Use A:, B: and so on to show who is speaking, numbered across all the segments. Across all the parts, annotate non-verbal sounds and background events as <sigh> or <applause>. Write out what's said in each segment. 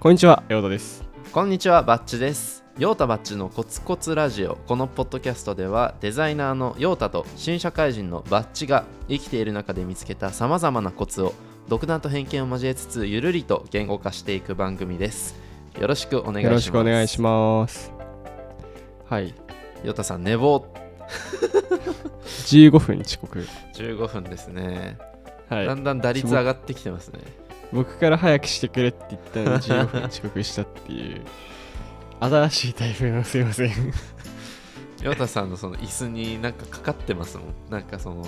A: こんにちは、ヨードです。
B: こんにちはバッチですヨータバッチのコツコツラジオこのポッドキャストではデザイナーのヨータと新社会人のバッチが生きている中で見つけたさまざまなコツを独断と偏見を交えつつゆるりと言語化していく番組ですよろしくお願いします
A: よろしくお願いし
B: ま
A: ます。はい、
B: すヨータさん寝坊
A: 15分遅刻。
B: 15分ですね、だ
A: は
B: んだん打率上がってきてますね
A: い、僕から早くしてくれって言ったの <laughs> に15分遅刻したっていう、新しいタイプのすいません。
B: ヨタさんのその椅子になんかかかってますもんなんかその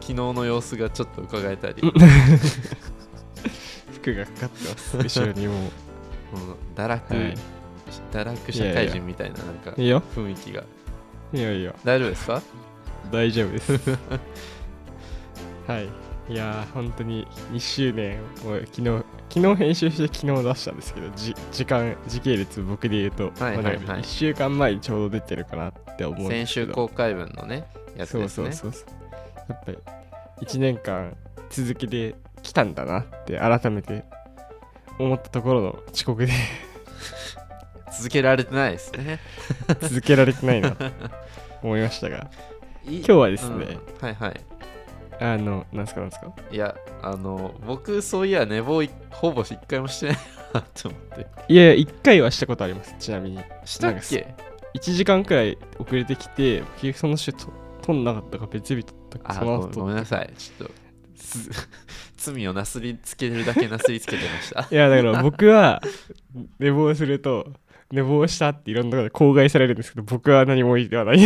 B: 昨日の様子がちょっと伺
A: <laughs>
B: えたり、も
A: <laughs> 服がかかってます、後ろにもう。
B: う堕落、
A: <laughs> はい、
B: 堕落社会人みたいななんか
A: いいよ、
B: 雰囲気が
A: いいよ、いいよ、
B: 大丈夫ですか
A: 大丈夫です。はい、いやー、本当に1周年を昨日、昨日編集して昨日出したんですけど、じ時間、時系列僕で言うと、
B: はいはいはい
A: 1週間前にちょうど出てるかなって思うんですけ
B: 先週
A: ど。
B: 公開分のねやつ
A: そう
B: です
A: そ
B: ね
A: うそうそうやっぱり1年間続けてきたんだなって改めて思ったところの遅刻
B: <laughs>
A: で
B: 続けられてないですね
A: 続けられてないなと思いましたが
B: 今
A: 今日はですね、
B: はいはい
A: あのなんすかなんですか
B: いやあの僕そういや寝坊いほぼ一回もしてないなと思って
A: いやいや1回はしたことありますちなみに
B: したっ
A: なんかす
B: け
A: 1時間くらい遅れてきて結局その週と取んなかったか別日取ったか
B: あ
A: その後
B: ごごめんなさいちょっとす <laughs> 罪をなすりつけるだけなすりつけてました
A: い
B: <laughs>
A: やだから僕は寝坊すると寝坊したっていろんなことで口外されるんですけど僕は何も言ってはない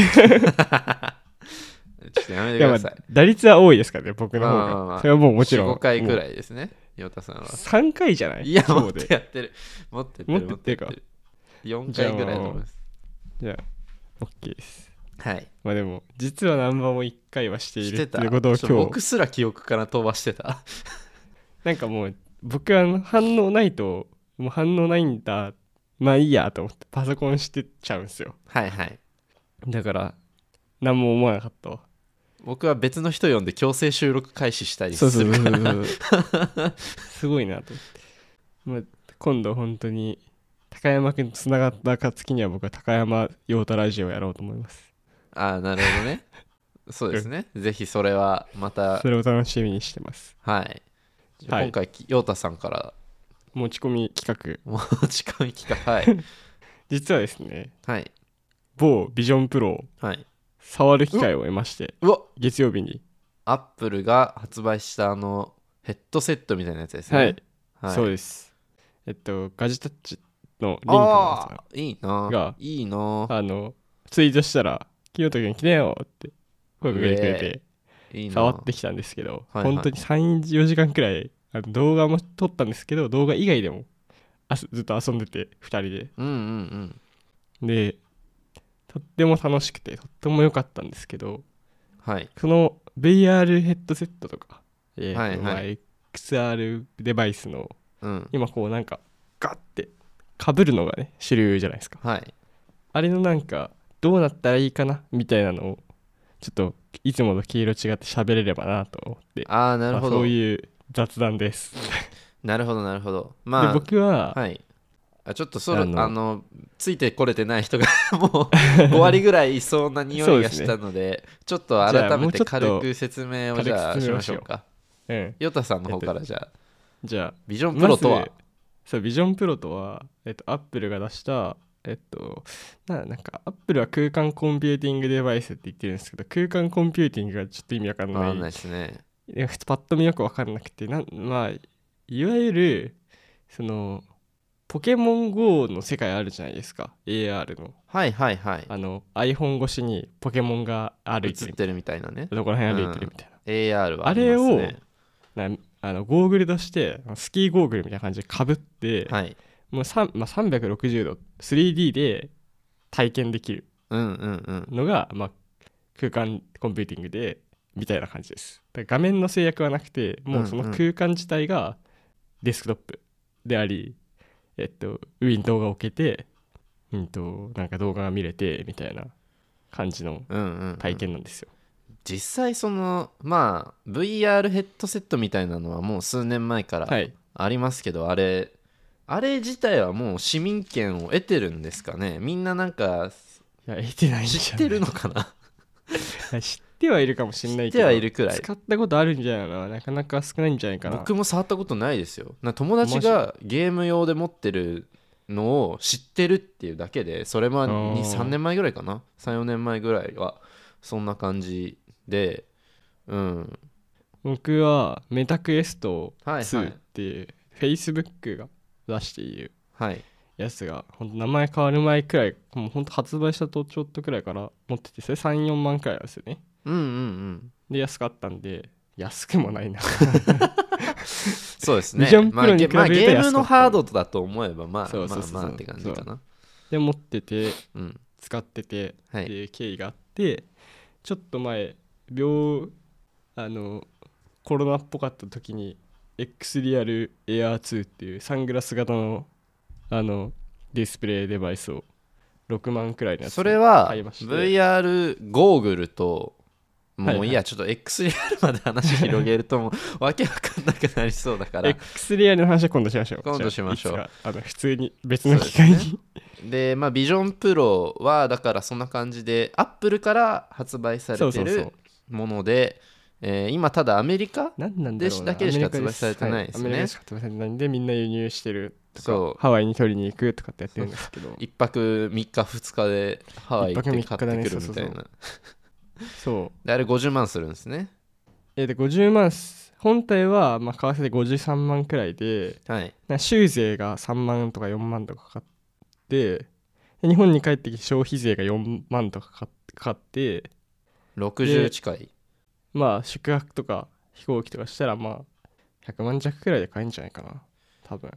B: ちょっとやめ
A: <laughs>
B: て
A: い
B: く
A: やまあ
B: ださい
A: 打率は多いですからね、僕の方
B: まあまあま
A: が。
B: あ
A: それはもうもちろん。
B: 5回くら
A: い。
B: いですねヨタさんは
A: 3回じゃない
B: いや、
A: 今
B: 持
A: 日
B: って
A: で。
B: やってる。持ってってる。
A: 持ってってか
B: 持ってる。4回ぐらいだと思います。
A: じゃあ、OK です。
B: はい。
A: まあでも、実はナンバーも1回はしてい
B: し
A: るってて
B: た。
A: いうことを
B: ちょっと
A: 今
B: 僕
A: 日、
B: すら記憶から飛ばして
A: <laughs>
B: た。
A: なんかもう、僕はあの反応ないと、もう反応ないんだ、まあいいやと思ってパソコンしてっちゃうんですよ。
B: はいはい。
A: だから、何も思わなかったわ。
B: 僕は別の人呼んで強制収録開始したりす
A: そう
B: る
A: そうそう
B: か
A: そう
B: ら。
A: そう。 <laughs> すごいなと思って。まあ、今度本当に、高山くんとつながった暁には僕は高山陽太ラジオやろうと思います。
B: ああ、なるほ
A: <laughs>
B: どね。そうですね。ぜひそれはまた
A: そ、れを楽しみにしてます。
B: はい。じゃあ
A: はい
B: 今回、ヨタさんから
A: 持ち込み企画。
B: 持ち込み
A: <laughs>
B: 機会。はい。
A: 実はですね、
B: はい。
A: 某ビジョンプロを
B: はい。
A: 触る機会を得まして、
B: うわ
A: 月曜日に、
B: アップルが発売したあの、ヘッドセットみたいなやつですね。
A: はい、
B: はい。
A: そうです。えっと、ガジタッチのリンクのやつ
B: ああ、いいな
A: が。
B: いいな。
A: あの、ツイートしたら、清人君来なよって声かけてくれて、
B: いいな。
A: 触ってきたんですけど、
B: はいはい
A: 本当に3、4時間くらい、あの動画も撮ったんですけど、動画以外でも、あずっと遊んでて、2人で。
B: うんうんうん。
A: で、とっても楽しくて、とっても良かったんですけど、
B: はい。
A: その VR ヘッドセットとか、えーと
B: はいはい
A: まあ XR デバイスの
B: うん。
A: 今こうなんかガッてかぶるのがね主流じゃないですか
B: はい。
A: あれのなんかどうなったらいいかなみたいなのをちょっといつもと黄色違って喋れればなと思って
B: ああ、なる
A: まあ
B: ほ
A: そ
B: ど
A: う。いう雑談です、
B: なるほど、なるほど。まあ、
A: で僕は、
B: はい。あちょっとそろ
A: あの
B: あの、ついてこれてない人が <laughs> もう5割ぐらいい <laughs> そうな匂いがしたので、ちょっと
A: じゃあも
B: 改め
A: うちょっ
B: て
A: と
B: 軽く説明をじゃ
A: 軽
B: あ
A: く
B: し
A: 説明を
B: ま
A: し
B: し
A: よ
B: ょ
A: う
B: うか。
A: うん、
B: ヨタさんの方からじゃあ、
A: じゃあ
B: ビジョンプロと
A: ま
B: は
A: ず、そうビジョンプロとは、えっと、アップルが出したえっとななんかアップルは空間コンピューティングデバイスって言ってるんですけど空間コンピューティングがちょっと意味わかん
B: わか
A: ない
B: んないですね。
A: いやパッと見よくわかんなくてなんまあいわゆるそのポケモン GO の世界あるじゃないですか AR の
B: はいはいはい。
A: あの iPhone 越しにポケモンが歩
B: 映
A: い
B: って
A: る
B: てるみたいなね。
A: どこら辺歩いてるみたい
B: AR は
A: あ
B: あり
A: れ
B: ま
A: を
B: すね。
A: な,、なあのゴーグルとしてスキーゴーグルみたいな感じでかぶって、
B: はい。
A: もうさん、まあ、360度 3D で体験できる
B: うんうんうん。
A: のが、まあ、空間コンピューティングでみたいな感じですだから画面の制約はなくてもうその
B: うんうん
A: 空間自体がデスクトップであり、えっとウィンドウが置けて、うん、となんか動画が見れてみたいな感じの
B: うんうんうん、
A: 体験なんですよ、
B: 実際そのまあ VR ヘッドセットみたいなのはもう数年前から
A: はい
B: ありますけど、あれあれ自体はもう市民権を得てるんですかねみんななんか
A: いや、得てないんじゃない
B: 知ってるのかな
A: いや知って <laughs> はいるかもしれないけど。
B: 知ってはいるくらい
A: 使ったことあるんじゃないかな。なかなか少ないんじゃないかな。
B: 僕も触ったことないですよな友達がゲーム用で持ってるのを知ってるっていうだけでそれも
A: うん
B: 3年前ぐらいかな34年前ぐらいはそんな感じでうん
A: 僕はメタクエスト
B: はいはい
A: 2っていう、Facebook が出している
B: はい
A: やつが、ほんと名前変わる前くらい、もうほんと発売したとちょっとくらいから持ってて、それ3、4万くらいなんですよね。
B: うんうんうん
A: で、安かったんで、安くもない <laughs> な。
B: そうですね
A: ビジョンプ
B: まあ
A: ロに
B: ゲ
A: 比べると
B: まあゲーム
A: 安か
B: の
A: った
B: ハードだと思えばまあ
A: そう
B: ま
A: そう
B: あ
A: そうそう
B: まあって感じかな
A: で、持ってて、
B: うん
A: 使ってて
B: は
A: って
B: い
A: いう経緯があって、ちょっと前病あのコロナっぽかった時に X リアル AR2 っていうサングラス型のあのディスプレイデバイスを6万くらいのやつ
B: それは
A: 買いまして
B: VR ゴーグルと
A: はいは
B: もう
A: い
B: いやちょっと XR まで話広げ
A: <laughs>
B: るともうわけわかんなくなりそうだから
A: X リアルの話は今度しましょう
B: 今度しましょう
A: じゃあいつかあの普通に別の機会に
B: そうでまあビジョンプロはだからそんな感じでアップルから発売さ
A: そ
B: れ
A: うそ
B: て
A: うそう
B: るものでえー今ただアメリカ
A: 何なんだろうな
B: でだけでしか
A: アメリカ
B: 発売されてないですね
A: はアメリカでしか発売されてないんでみんな輸入してると
B: そ
A: か
B: う
A: ハワイに取りに行くとかってやってるんですけど
B: 1泊3日2日でハワイ行って
A: 一
B: 買
A: 泊三日だ
B: っ
A: ね
B: てくるみたい
A: そうそ
B: な
A: そう
B: であれ50万するんですね
A: えー、で50万っす本体はまあ為替で53万くらいで
B: はい
A: な州税が3万とか4万とかかかってで日本に帰ってきて消費税が4万とかかかかかって
B: 60近い
A: まあ宿泊とか飛行機とかしたらまあ100万弱くらいで買えるんじゃないかな多分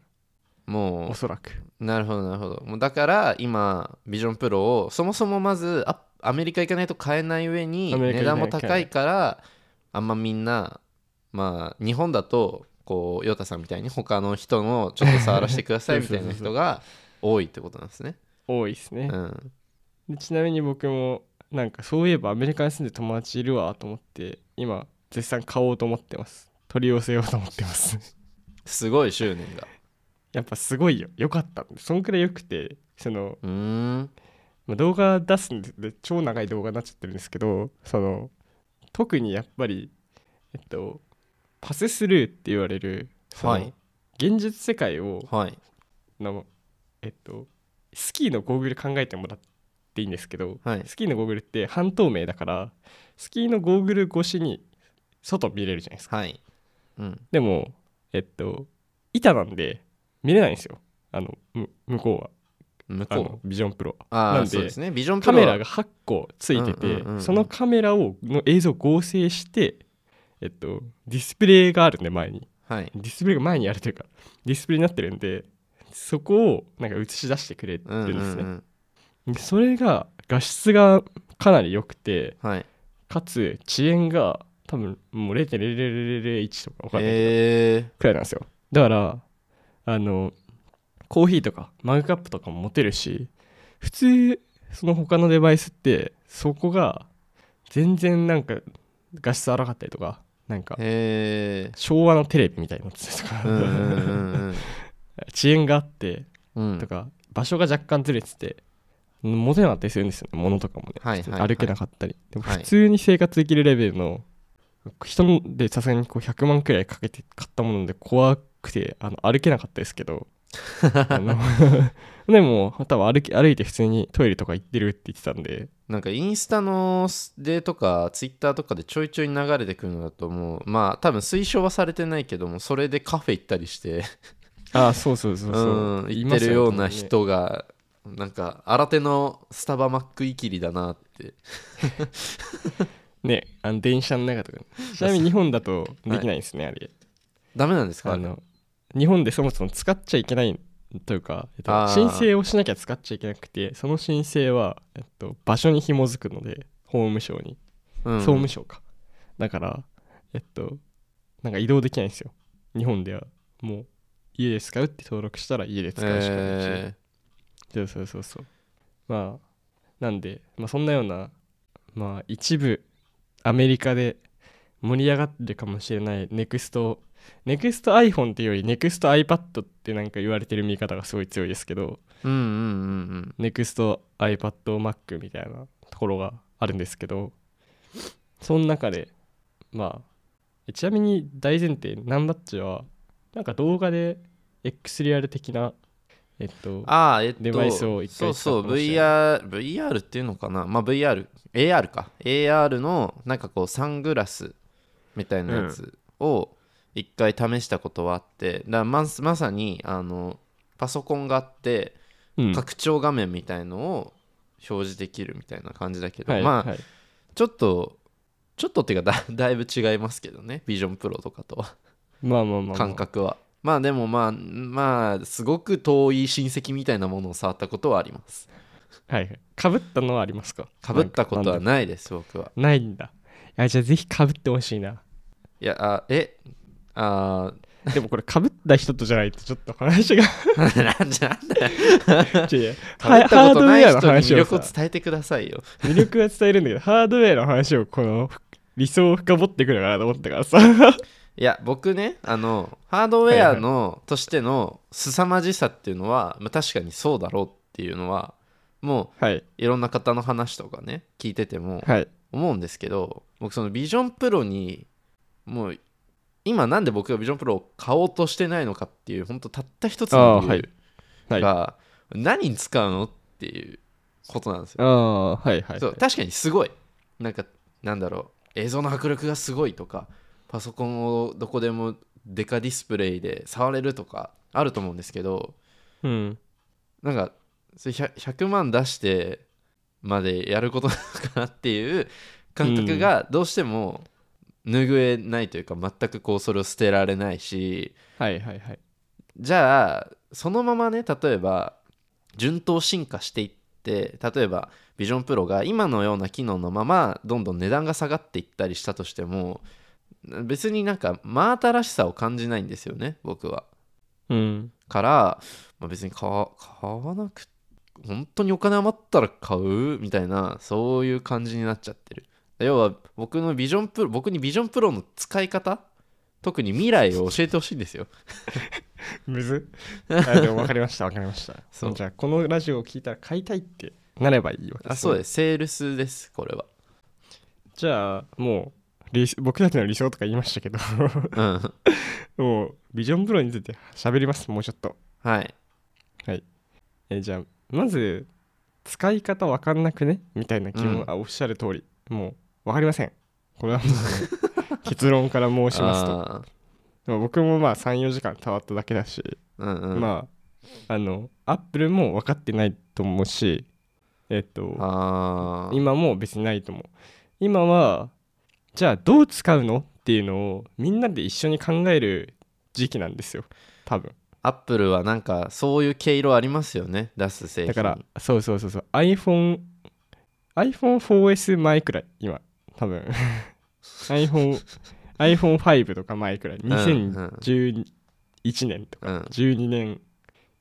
B: もう
A: おそらく
B: なるほどなるほどもうだから今ビジョンプロをそもそもまずアアメリカ行かないと買えない上に
A: アメリカ行か
B: 値段
A: ない
B: も高いからあんまみんなまあ日本だとこうヨタさんみたいに他の人のちょっと触らせてくだ
A: <laughs>
B: さいみたいな人が多いってことなんですね。
A: 多いですね
B: う、ん、
A: でちなみに僕もなんかそういえばアメリカに住んでる友達いるわと思って今絶賛買おうと思ってます取り寄せようと思ってます <laughs>
B: すごい執念が。
A: やっぱすごいよ良かったそんくらい良くてその、
B: うーん
A: まあ、動画出すんでで超長い動画になっちゃってるんですけどその特にやっぱりえっとパススルーって言われるその、
B: はい
A: 現実世界を
B: はい
A: のえっとスキーのゴーグル考えてもらっていいんですけど
B: はい。
A: スキーのゴーグルって半透明だからスキーのゴーグル越しに外見れるじゃないですか
B: はい。うん、
A: でも、えっと、板なんで見れないんですよ。あの、む向こうは。
B: 向
A: あの
B: こう。
A: ビジョンプロは。
B: あ
A: な
B: あ、
A: んで
B: そうですね。ビジョンプ
A: カ
B: ロは
A: メラが8個ついてて、
B: うんうんうんうん
A: そのカメラをの映像を合成して、えっと、ディスプレイがあるんで前に
B: はい。
A: ディスプレイが前にあるというかディスプレイになってるんでそこをなんか映し出してくれて
B: うん
A: る
B: うんんう
A: ですね、
B: ん。
A: でそれが画質がかなり良くて
B: はい。
A: かつ遅延が多分もう0.0001とか分かんない
B: え
A: くらいなんですよだからあのコーヒーとかマグカップとかも持てるし普通その他のデバイスってそこが全然なんか画質荒かったりとかなんか
B: ー、え
A: 昭和のテレビみたいになってたりと
B: ー。うんうんう
A: か
B: んうん
A: <laughs> 遅延があって
B: うん
A: と。か場所が若干ずれてて持てなかったりするんですよね物とかもね、
B: はいはいはい
A: 歩けなかったりでも
B: はい
A: 普通に生活できるレベルの人でさすがにこう100万くらいかけて買ったもので怖くてあの歩けなかったですけどあの <laughs> でも多分歩き歩いて普通にトイレとか行ってるって言ってたんで
B: なんかインスタのスでとかツイッターとかでちょいちょい流れてくるのだともうまあ多分推奨はされてないけどもそれでカフェ行ったりして
A: ああそうそうそううそうんい
B: 行
A: ま
B: って
A: す
B: るような
A: ね
B: 人がなんか新手のスタバマックいきりだなって
A: ねあの電車の中とかちなみに日本だとできないんですね、あれ
B: ダメなんですか
A: あの日本でそもそも使っちゃいけないというか、えっ
B: あ
A: と、
B: ー
A: 申請をしなきゃ使っちゃいけなくてその申請は、えっと、場所に紐づくので法務省に
B: うん
A: 総務省か、だからえっとなんか移動できないんですよ日本ではもう家で使うって登録したら家で使うしかないし、
B: え
A: そうそうそうそうまあなんで、まあ、そんなようなまあ一部アメリカで盛り上がってるかもしれないネクストネクスト iPhone っていうよりネクスト iPad ってなんか言われてる見方がすごい強いですけど
B: うんうんうん
A: ネクスト iPadMac みたいなところがあるんですけどその中でまあちなみに大前提ナンバッチはなんか動画で X リアル的なえっと
B: ああえっと
A: デバイスを一
B: そ
A: 回
B: うそう
A: 使ってました
B: VR, VR っていうのかなまあ VRAR か AR のなんかこうサングラスみたいなやつを一回試したことはあって、だからまんまさにあのパソコンがあって
A: うん
B: 拡張画面みたいのを表示できるみたいな感じだけど、
A: はい
B: まあ、
A: はい
B: ちょっとちょっとっていうかだ <laughs> だいぶ違いますけどねビジョンプロとかとは
A: まあまあまあまあ
B: 感覚はまあでもまあまあすごく遠い親戚みたいなものを触ったことはあります
A: はいかぶったのはありますか
B: かぶったことは
A: なんか
B: ないです僕は
A: なんだないんだいやじゃあぜひかぶってほしいない
B: やあえあ
A: でもこれかぶった人とじゃないとちょっと話が
B: ー <laughs> なんじゃなんだよ <laughs>
A: 違う違う
B: かぶったことない人に魅
A: を
B: 力を
A: さ
B: 伝えてくださいよ
A: 魅力は伝えるんだけどハードウェアの話をこの理想を深掘ってくるかなと思ったからさ
B: いや僕ねあのハードウェアのとしての凄まじさっていうのは、まあ、確かにそうだろうっていうの <laughs> はも
A: はいう
B: いろんな方の話とかね聞いてても
A: はい
B: 思うんですけど僕そのビジョンプロにもう今なんで僕がビジョンプロを買おうとしてないのかっていう本当たった一つ
A: あ
B: の理
A: ーは
B: 由
A: いはい
B: が、
A: あ
B: 何に使うのっていうことなんですよ、
A: あはいはい
B: そう確かにすごいなんかなんだろう映像の迫力がすごいとかパソコンをどこでもデカディスプレイで触れるとかあると思うんですけど
A: うん
B: なんかそれ 100, 100万出してまでやることなのかなっていう感覚がどうしても拭えないというか全くこうそれを捨てられないし
A: はいはいはい
B: じゃあそのままね例えば順当進化していって例えばビジョンプロが今のような機能のままどんどん値段が下がっていったりしたとしても別になんか真新しさを感じないんですよね僕は。
A: うん
B: から、まあ別に買わ買わなく本当にお金余ったら買うみたいなそういう感じになっちゃってる要は僕のビジョンプロ僕にビジョンプロの使い方特に未来を教えてほしいんですよ
A: むず
B: <laughs>
A: あでも分かりました分かりました
B: そう
A: じゃあこのラジオを聞いたら買いたいってなればいいわけ
B: あそうですすセールスですこれは
A: じゃあもう理僕たちの理想とか言いましたけど <laughs>
B: うん
A: もうビジョンプロについて喋りますもうちょっと
B: はい
A: えーじゃあまず使い方わかんなくねみたいな疑問、
B: うん
A: あおっしゃる通りもうわかりませんこれはもう結論から申しますと
B: あー
A: まあ僕もまあ34時間触っただけだし、
B: うんうん、
A: まああのアップルも分かってないと思うしえっと
B: あー
A: 今も別にないと思う今はじゃあどう使うのっていうのをみんなで一緒に考える時期なんですよ多分
B: アップルはなんかそういう毛色ありますよね出す製品
A: だから、そうそうそうそう、iPhone、iPhone4S 前くらい、今、多 <laughs> 分 iPhone、iPhone5 とか前くらい、2011年とか、
B: うん
A: 12年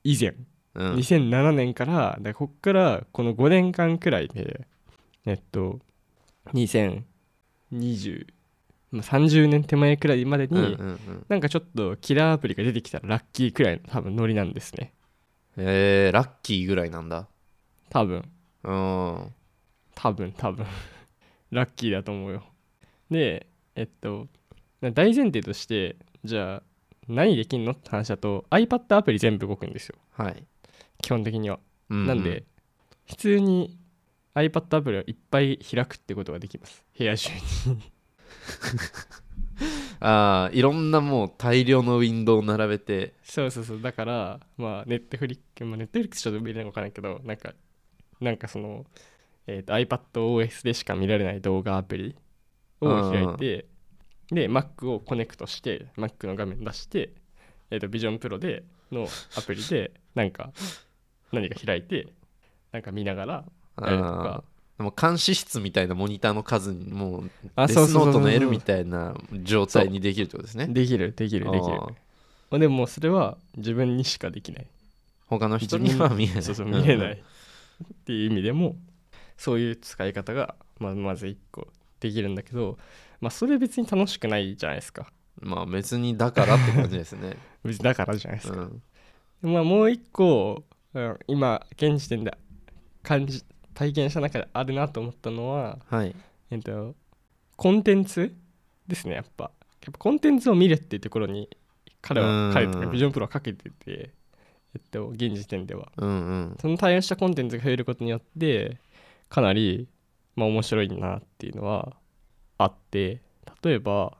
A: 以前、
B: うん
A: 2007年から、だからこっからこの5年間くらいで、えっと、2020、まあ30年手前くらいまで
B: うんう
A: に、
B: んうん
A: なんかちょっとキラーアプリが出てきたらラッキーくらいの多分ノリなんですね。
B: えー、ラッキーぐらいなんだ
A: 多分。
B: うん
A: 多分多分 <laughs> ラッキーだと思うよでえっとな大前提としてじゃあ何できんのって話だと iPad アプリ全部動くんですよ
B: はい、
A: 基本的には、
B: うんうん
A: なんで普通に iPad アプリをいっぱい開くってことができます部屋
B: <laughs>
A: 中に
B: ああいろんなもう大量のウィンドウを並べて
A: そうそうそうだからまあ Netflix まあ Netflix ちょっと見れないのかわかんないけどなんかなんかその、えー、と iPadOS でしか見られない動画アプリを開いてで Mac をコネクトして Mac の画面出して、えー、と Vision Pro でのアプリでなんか何か開いてなんか見ながらやると
B: あ
A: か
B: ーもう監視室みたいなモニターの数にもう
A: あ
B: デ
A: そう
B: ス
A: そう
B: ノ
A: そ
B: ー
A: うそ
B: ト
A: う
B: の L みたいな状態にできるってことですね
A: できるできるできる
B: あー
A: まあでももうそれは自分にしかできない
B: 他の人には見えない
A: そうそう見えない
B: ん
A: っていう意味でもそういう使い方がまあまず1個できるんだけど、まあ、それ別に楽しくないじゃないですか
B: まあ別にだからって感じで
A: <laughs>
B: すね。
A: 別にだからじゃないです
B: う
A: か、
B: ん、
A: まあもう一個、うん今現時点で感じ体験した中であるなと思ったのは
B: はい。
A: えっとコンテンツですねやっぱやっぱコンテンツを見るっていうところに彼
B: う
A: は
B: ん
A: 彼とかビジョンプロはかけててえっと現時点では
B: うんうん。
A: その対応したコンテンツが増えることによってかなり、まあ、面白いなっていうのはあって例えば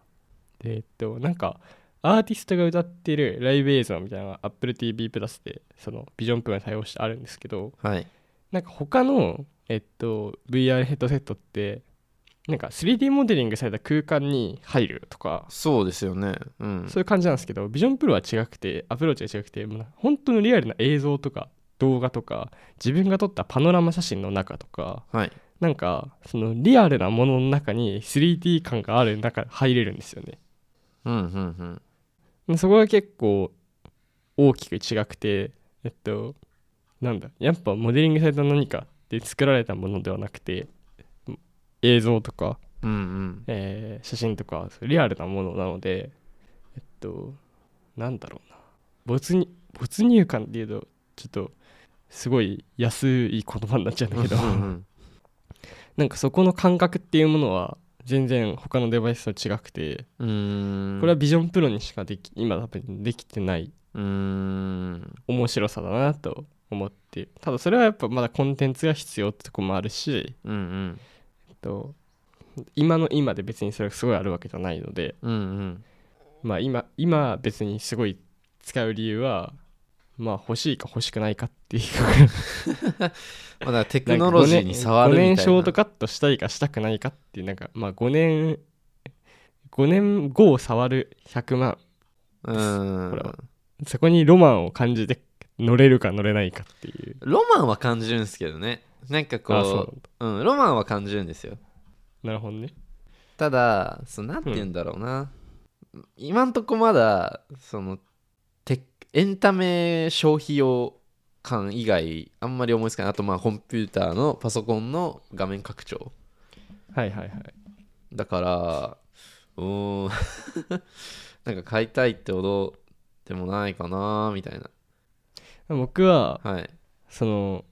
A: えーっとなんかアーティストが歌ってるライブ映像みたいなのが AppleTV プラスでそのビジョンプロに対応してあるんですけど
B: はい。
A: なんか他の、えっと、VR ヘッドセットってなんか 3D モデリングされた空間に入るとか
B: そうですよね。うん。
A: そういう感じなんですけど、ビジョンプロは違くて、アプローチが違くて、もう本当のリアルな映像とか動画とか、自分が撮ったパノラマ写真の中とか、
B: はい。
A: なんか、そのリアルなものの中に 3D 感がある中に入れるんですよね。
B: うんうんうん。
A: そこが結構大きく違くて、えっと、なんだ、やっぱモデリングされた何かで作られたものではなくて、映像とか
B: うんうん。
A: えー写真とかそうリアルなものなのでえっとなんだろうな没入没入感っていうとちょっとすごい安い言葉になっちゃうんだけど
B: うんうん
A: <laughs> なんかそこの感覚っていうものは全然他のデバイスと違くて
B: うーん。
A: これはビジョンプロにしかでき今多分できてないう
B: ーん。
A: 面白さだなと思ってただそれはやっぱまだコンテンツが必要ってとこもあるし、
B: うんうん。
A: えっと、今の今で別にそれがすごいあるわけじゃないので
B: うんうん。
A: まあ今今別にすごい使う理由はまあ欲しいか欲しくないかっていう
B: まあだからテクノロジーに触るみたいな。
A: 5年ショートカットしたいかしたくないかっていうなんかまあ5年5年後を触る100万
B: うーん
A: これはそこにロマンを感じて乗れるか乗れないかっていう
B: ロマンは感じるんですけどね。なんか
A: あそ
B: こ
A: う
B: うう、ん、ロマンは感じるんですよ。
A: なるほどね
B: ただそのなんて言うんだろうな、今んとこまだそのテエンタメ消費用感以外あんまり思いつかないあとまあコンピューターのパソコンの画面拡張
A: はいはいはい
B: だからうーん <laughs> なんか買いたいってほどでもないかなみたいな
A: 僕は
B: はい
A: その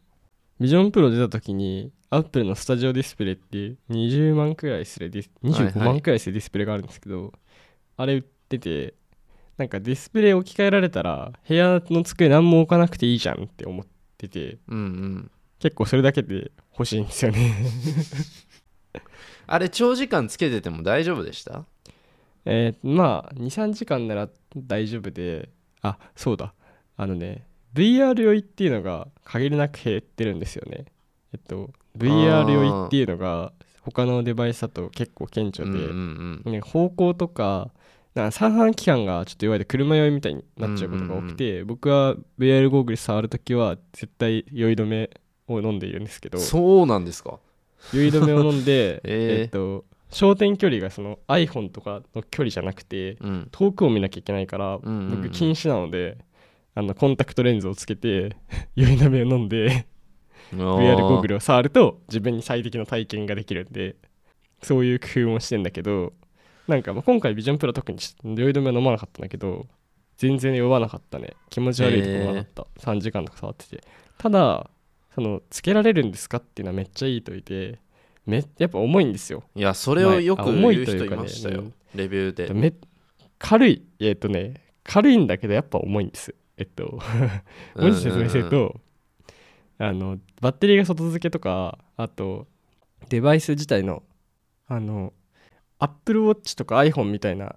A: ビジョンプロ出た時にアップルのスタジオディスプレイっていう20万くらいするディス25
B: はいはい
A: 万くらいするディスプレイがあるんですけど、あれ売っててなんかディスプレイ置き換えられたら部屋の机何も置かなくていいじゃんって思ってて
B: うんうん
A: 結構それだけで欲しいんですよね
B: あれ長時間つけてても大丈夫でした
A: えーまあ23時間なら大丈夫であそうだあのね VR 酔いっていうのが限りなく減ってるんですよねえっと VR 酔いっていうのが他のデバイスだと結構顕著
B: うんうん
A: で、
B: うん
A: ね、方向とかなんか三半規管がちょっといわゆる車酔いみたいになっちゃうことが多くて、僕は VR ゴーグル触るときは絶対酔い止めを飲んでいるんですけど
B: そうなんですか
A: 酔い止めを飲んで
B: <laughs> えー
A: っと焦点距離がその iPhone とかの距離じゃなくて
B: うん
A: 遠くを見なきゃいけないから、
B: うんうんうん
A: 僕禁止なのであのコンタクトレンズをつけて <laughs> 酔い止めを飲んで VR ゴーグ
B: ル
A: ルを触ると自分に最適な体験ができるんでそういう工夫もしてんだけどなんかまあ今回ビジョンプロ特にちょっと酔い止めは飲まなかったんだけど全然酔わなかったね気持ち悪いとこもなかった、3時間とか触っててただそのつけられるんですかっていうのはめっちゃいいといてめやっぱ重いんですよ
B: いやそれをよく
A: まあ重
B: 言う
A: いとい
B: 人
A: う
B: い
A: かね
B: ました
A: う
B: よ
A: ん
B: レビューで
A: め軽いえっ、とね軽いんだけどやっぱ重いんですえっと文字説明する
B: うんうん
A: と、あのバッテリーが外付けとかあとデバイス自体のあの Apple Watch とか iPhone みたいな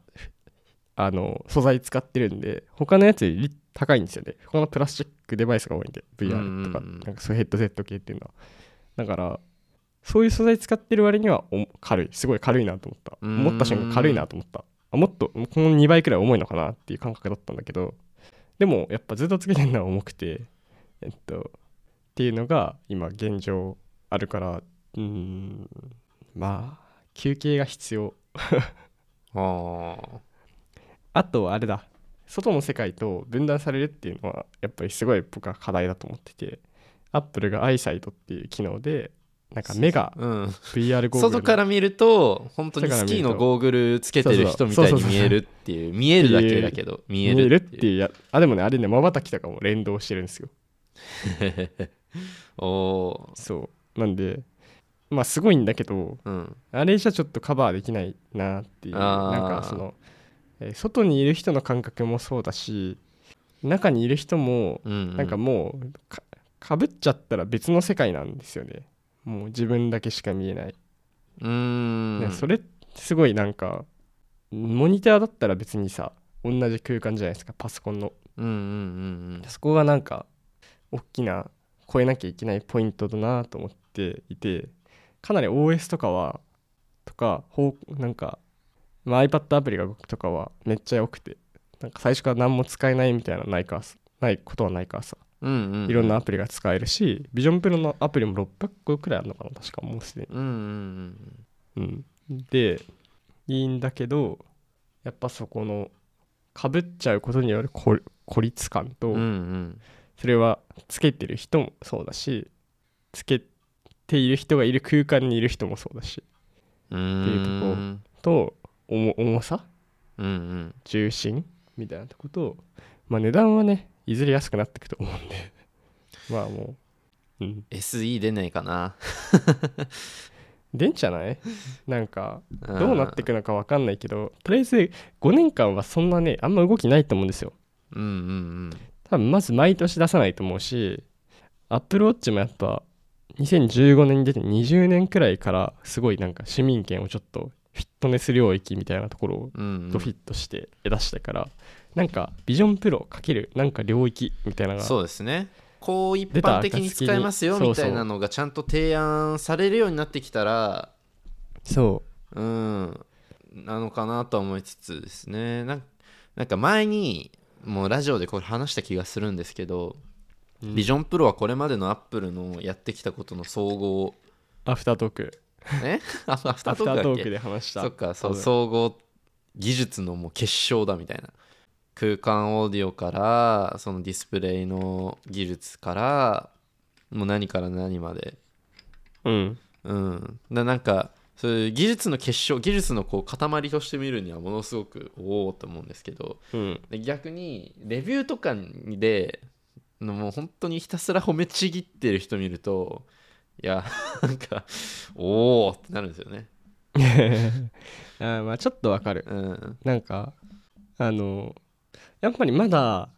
A: あの素材使ってるんで他のやつより高いんですよね他のプラスチックデバイスが多いんで
B: うんうん
A: VR
B: うん
A: とか,、なんかそういうヘッドセット系っていうのはだからそういう素材使ってる割にはお軽いすごい軽いなと思った
B: うん
A: 思った瞬間軽いなと思ったあもっとこの2倍くらい重いのかなっていう感覚だったんだけどでもやっぱずっとつけてるのは重くてえっとっていうのが今現状あるからうーんまあ休憩が必要
B: ああ
A: あとはあれだ外の世界と分断されるっていうのはやっぱりすごい僕は課題だと思っててアップルがアイサイトっていう機能でなんか目が
B: うん
A: VR ゴーグル
B: 外から見ると本当にスキーのゴーグルつけてる人みたいに見えるっていう見えるだけだけど見
A: 見
B: え
A: え
B: る
A: るっ
B: って
A: て
B: いう
A: いうやあでもねあれねまばたきとかも連動してるんですよ
B: お <laughs> お
A: そうなんでまあすごいんだけど
B: ーうん
A: あれじゃちょっとカバーできないなっていう
B: あー
A: なんかその、えー外にいる人の感覚もそうだし中にいる人も
B: うんうん
A: なんかもうかかぶっちゃったら別の世界なんですよねもう自分だけしか見えない、
B: うー
A: ね
B: ん
A: それすごいなんかモニターだったら別にさ同じ空間じゃないですかパソコンの
B: うんうんうん
A: そこがなんか大きな超えなきゃいけないポイントだなと思っていてかなり OS とかはとかほうなんか、まあ、iPad アプリがとかはめっちゃ良くてなんか最初から何も使えないみたいなのないかないことはないからさ
B: うんうんうん
A: いろんなアプリが使えるし、ビジョンプロのアプリも600個くらいあるのかな確かもうすでに。
B: うんうん
A: うん、でいいんだけどやっぱそこのかぶっちゃうことによる孤孤立感と、
B: うんうんうん
A: それはつけてる人もそうだしつけている人がいる空間にいる人もそうだし
B: うーん
A: っていうとこと重重さ
B: うんうん
A: 重心みたいなとことまあ値段はねいずれ安くなっていくと思うんで <laughs> まあもう、うん、
B: SE 出ないかな
A: 出んじゃないなんかど
B: ど
A: うなっていくのか分かんないけどとりあえず5年間はそんなねあんま動きないと思うんですよ
B: うんうん
A: 多分まず毎年出さないと思うし Apple Watch もやっぱ2015年に出て20年くらいからすごいなんか市民権をちょっとフィットネス領域みたいなところを
B: うんうん
A: ドフィットして出したから、なんかビジョンプロかけるなんか領域みたいなのが
B: そうですねこう一
A: 出た
B: 般的に使えますよ
A: 暁に
B: みたいなのがちゃんと提案されるようになってきたら
A: そ
B: うんなのかなとは思いつつですねなんなんか前にもうラジオでこれ話した気がするんですけ
A: う
B: ど、
A: ん
B: ビジョンプロはこれまでのアップルのやってきたことの総合
A: アフタートーク
B: え <laughs> あアフタ
A: ア
B: ー
A: フ
B: ト
A: タ
B: ーク
A: ー
B: だ
A: ト
B: っ
A: ーク
B: け
A: で話した
B: そっかそ
A: 多
B: う
A: 分
B: 総合技術のもう結晶だみたいな空間オーディオからそのディスプレイの技術からもう何から何まで
A: うん
B: うん、ななんかそういう技術の結晶技術のこう塊として見るにはものすごくおおと思うんですけど
A: <laughs> うん
B: で逆にレビューとかでのもう本当にひたすら褒めちぎってる人見るといやなんかおおってなるんですよね。
A: あーまあちょっとわかる
B: うん
A: なんかあのやっぱりまだ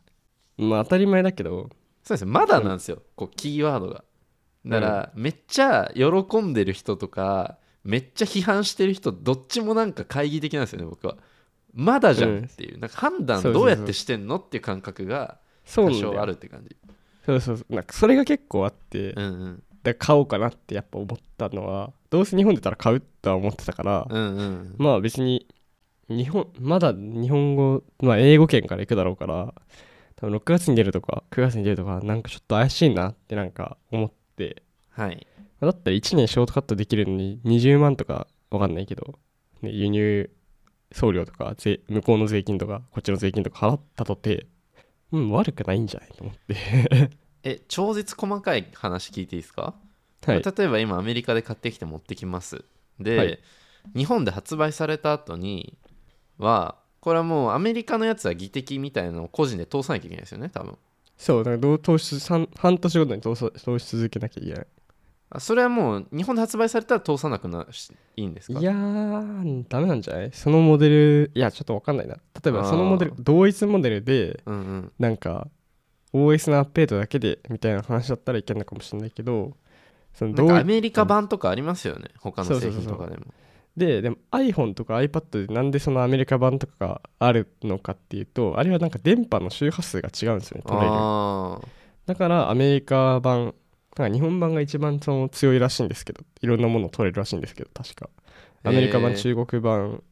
A: まあ当たり前だけど
B: そうですねまだなんですよ、こうキーワードがだから、めっちゃ喜んでる人とかめっちゃ批判してる人どっちもなんか懐疑的なんですよね僕はまだじゃんっていう、なんか判断
A: そうそうそ
B: ど
A: う
B: うやってしてんのっていう感覚が
A: そう
B: 多
A: なんだよ
B: 少あるって感じ
A: そうそうそうなんかそれが結構あって
B: うんうん
A: だから買おうかなってやっぱ思ったのはどうせ日本出たら買うとは思ってたから
B: うんうん
A: まあ別に日本まだ日本語まあ英語圏から行くだろうから多分6月に出るとか9月に出るとかなんかちょっと怪しいなってなんか思って
B: はい
A: だったら1年ショートカットできるのに20万とかわかんないけど、ね、輸入送料とか税向こうの税金とかこっちの税金とか払ったとてうん悪くないんじゃないと思って
B: え超絶細かい話聞いていいですか、
A: はい
B: 例えば今アメリカで買ってきて持ってきますで、
A: はい
B: 日本で発売された後にはこれはもうアメリカのやつは技的みたいなのを個人で通さなきゃいけないですよね多分
A: そうだからどう投資三半年ごとに投資投資続けなきゃいけない
B: あそれはもう日本で発売されたら通さなくなしいいんですか
A: いやーダメなんじゃないそのモデルいやちょっと分かんないな例えばそのモデル
B: あ
A: 同一モデルで
B: うんうん
A: なんか OS のアップデートだけでみたいな話だったらいけんのかもしれないけどその
B: な
A: 同
B: んかア
A: 一
B: メリカ版とかありますよね他の製品とかでも
A: ででも iPhone とか iPad でなんでそのアメリカ版とかがあるのかっていうとあれはなんか電波の周波数が違うんですよね取れる
B: あ
A: だからアメリカ版なんか日本版が一番その強いらしいんですけどいろんなものを取れるらしいんですけど確かアメリカ版、
B: へー
A: 中国版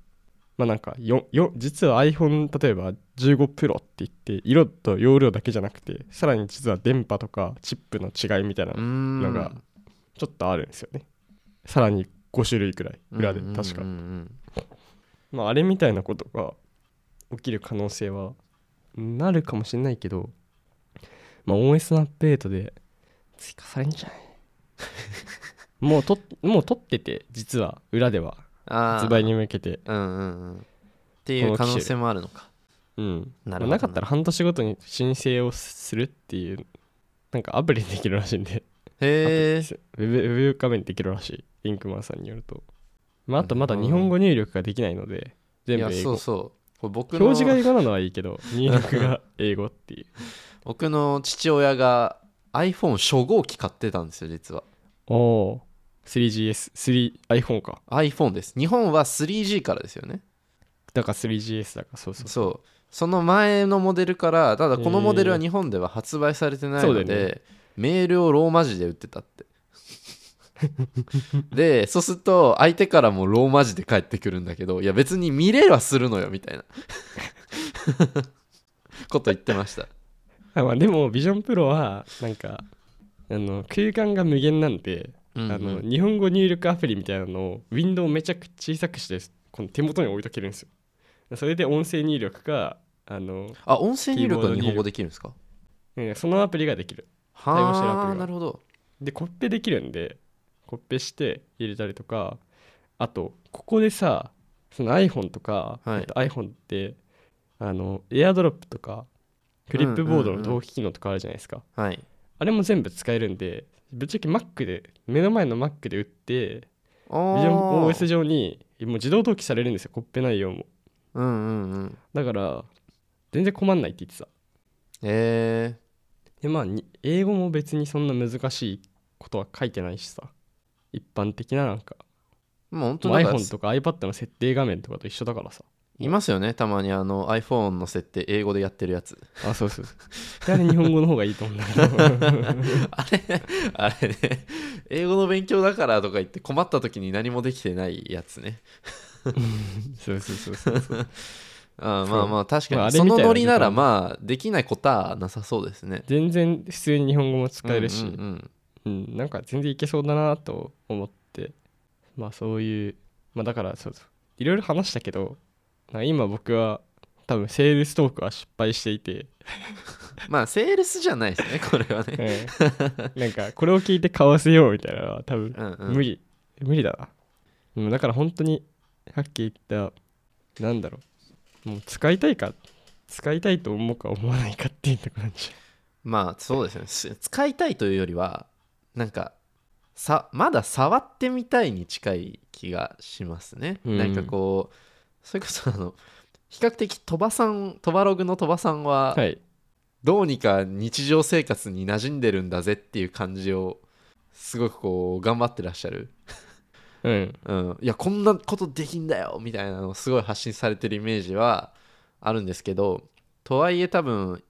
A: まあなんかよよ実は iPhone 例えば15プロって言って色と容量だけじゃなくてさらに実は電波とかチップの違いみたいな
B: ーうー
A: の
B: ん
A: なんかちょっとあるんですよねさらに5種類くらい裏で
B: うんうんうん
A: 確か、
B: うん
A: まああれみたいなことが起きる可能性はなるかもしれないけどまあ OS のアップデートで追加されんじゃない <laughs> もうともう撮ってて実は裏では
B: あー
A: 発売に向けて
B: うんうんうんっていう可能性もあるのか
A: うん
B: なるほどな
A: まあなかったら半年ごとに申請をするっていうなんかアプリでできるらしいんで
B: へえ
A: ウェブウェブ画面できるらしいリンクマンさんによると、まあ、あとまだ
B: うん
A: 日本語入力ができないので全
B: い
A: 部
B: や
A: 英
B: そ
A: 語
B: うそうこれ僕
A: 表示が
B: の
A: 英語なのはいいけど <laughs> 入力が英語っていう
B: 僕の父親が iPhone 初号機買ってたんですよ実は
A: おお 3GS3iPhone か
B: iPhone です日本は 3G からですよね
A: だから 3GS だからそうそう
B: そうその前のモデルからただこのモデルは日本では発売されてないの
A: へーそうだよ
B: で、メールをローマ字で打ってたって
A: <laughs>
B: でそうすると相手からもローマ字で返ってくるんだけどいや別に見れはするのよみた
A: <laughs>
B: いなこと言ってました
A: あまあ、でもビジョンプロはなんかあの空間が無限なんで、
B: うんうん
A: あの日本語入力アプリみたいなのをウィンドウめちゃくちゃ小さくしてこの手元に置いとけるんですよそれで音声入力かあの、
B: あ音声入力は日本語できるんですか
A: うんそのアプリができる
B: は
A: 対応してるアプリ
B: あ
A: は
B: なるほど
A: でコッペできるんでコッペして入れたりとかあとここでさその iPhone とか、
B: はい
A: あと iPhone ってあの AirDrop とかクリップボードの同期機能とかあるじゃないですか、
B: はい
A: あれも全部使えるんでぶっちゃけ Mac で目の前の Mac で打って
B: あー
A: VisionOS 上にもう自動同期されるんですよコッペ内容も
B: うんうんうん
A: だから全然困んないって言ってた
B: え
A: でまあに英語も別にそんな難しいことは書いてないしさ一般的ななんか
B: ー、もう本当
A: もう
B: なんか
A: iPhone とか iPad の設定画面とかと一緒だからさ
B: いますよねたまにあの iPhone の設定英語でやってるやつ
A: あそうそうそうであれ日本語の方がいいと思うんだけど
B: <laughs> あれあれね英語の勉強だからとか言って困った時に何もできてないやつね
A: <laughs> そうそうそうそうそう
B: あーまあまあ確
A: まあ
B: か
A: あ
B: に
A: れ
B: そ
A: みたいな
B: のノリならまあできないことはなさそうですね
A: 全然普通に日本語も使えるし、
B: うんうん
A: うん、なんか全然いけそうだなと思ってまあそういうまあだからそうそういろいろ話したけどなんか今僕は多分セールストークは失敗していて、
B: うんまあセールスじゃないですねこれはね
A: うん、 <laughs> なんかこれを聞いて買わせようみたいなのは多分
B: <laughs> うんうん
A: 無理、無理だなうんだから本当にさっき言ったなんだろうもう使いたいか使いたいと思うか思わないかっていうところなんじ
B: まあそうですねす使いたいというよりはなんかさまだ触ってみたいに近い気がしますね、
A: うん
B: なんかこうそれこそあの比較的鳥羽さん鳥羽ログの鳥羽さん
A: ゃ
B: は、
A: んはい
B: どうにか日常生活に馴染んでるんだぜっていう感じをすごくこう頑張ってらっしゃる、
A: うん
B: うん、いやこんなことできんだよみたいなのをすごい発信されてるイメージはあるんですけどとはいえ多分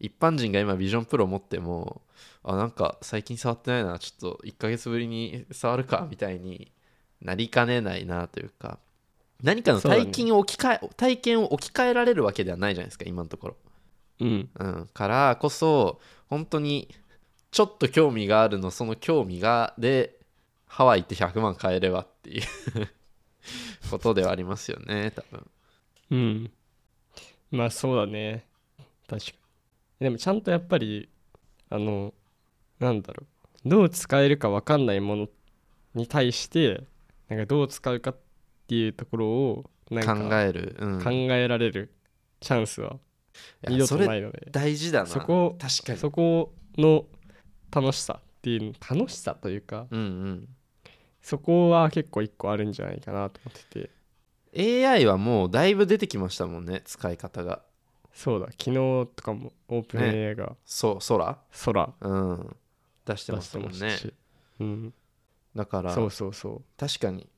B: 一般人が今ビジョンプロ持ってもあなんか最近触ってないなちょっと1ヶ月ぶりに触るかみたいになりかねないなというか何かの
A: そうだね
B: 体験を置き換え、体験を置き換えられるわけではないじゃないですか今のところ
A: うん
B: うん、からこそ本当にちょっと興味があるのその興味がでハワイ行って100万買えればっていう <laughs> ことではありますよね多分
A: うん。まあそうだね。確かに。でもちゃんとやっぱり、あの、なんだろう。どう使えるか分かんないものに対して、なんかどう使うかっていうところを、なんか
B: 考える、うん、
A: 考えられるチャンスはい二
B: や
A: 度
B: そ
A: と
B: れ
A: ないので、
B: 大事だな
A: そこ
B: 確かに
A: そこの楽しさっていうの、楽しさというか、
B: うんうん
A: そこは結構一個あるんじゃないかなと思ってて、
B: AI はもうだいぶ出てきましたもんね使い方が
A: そうだ、昨日とかもオープン AI が
B: そう空
A: 空
B: うん出してま
A: 出
B: し
A: したてま
B: もん
A: し
B: ね
A: たし、うん、
B: だから
A: そうそうそう。
B: 確かに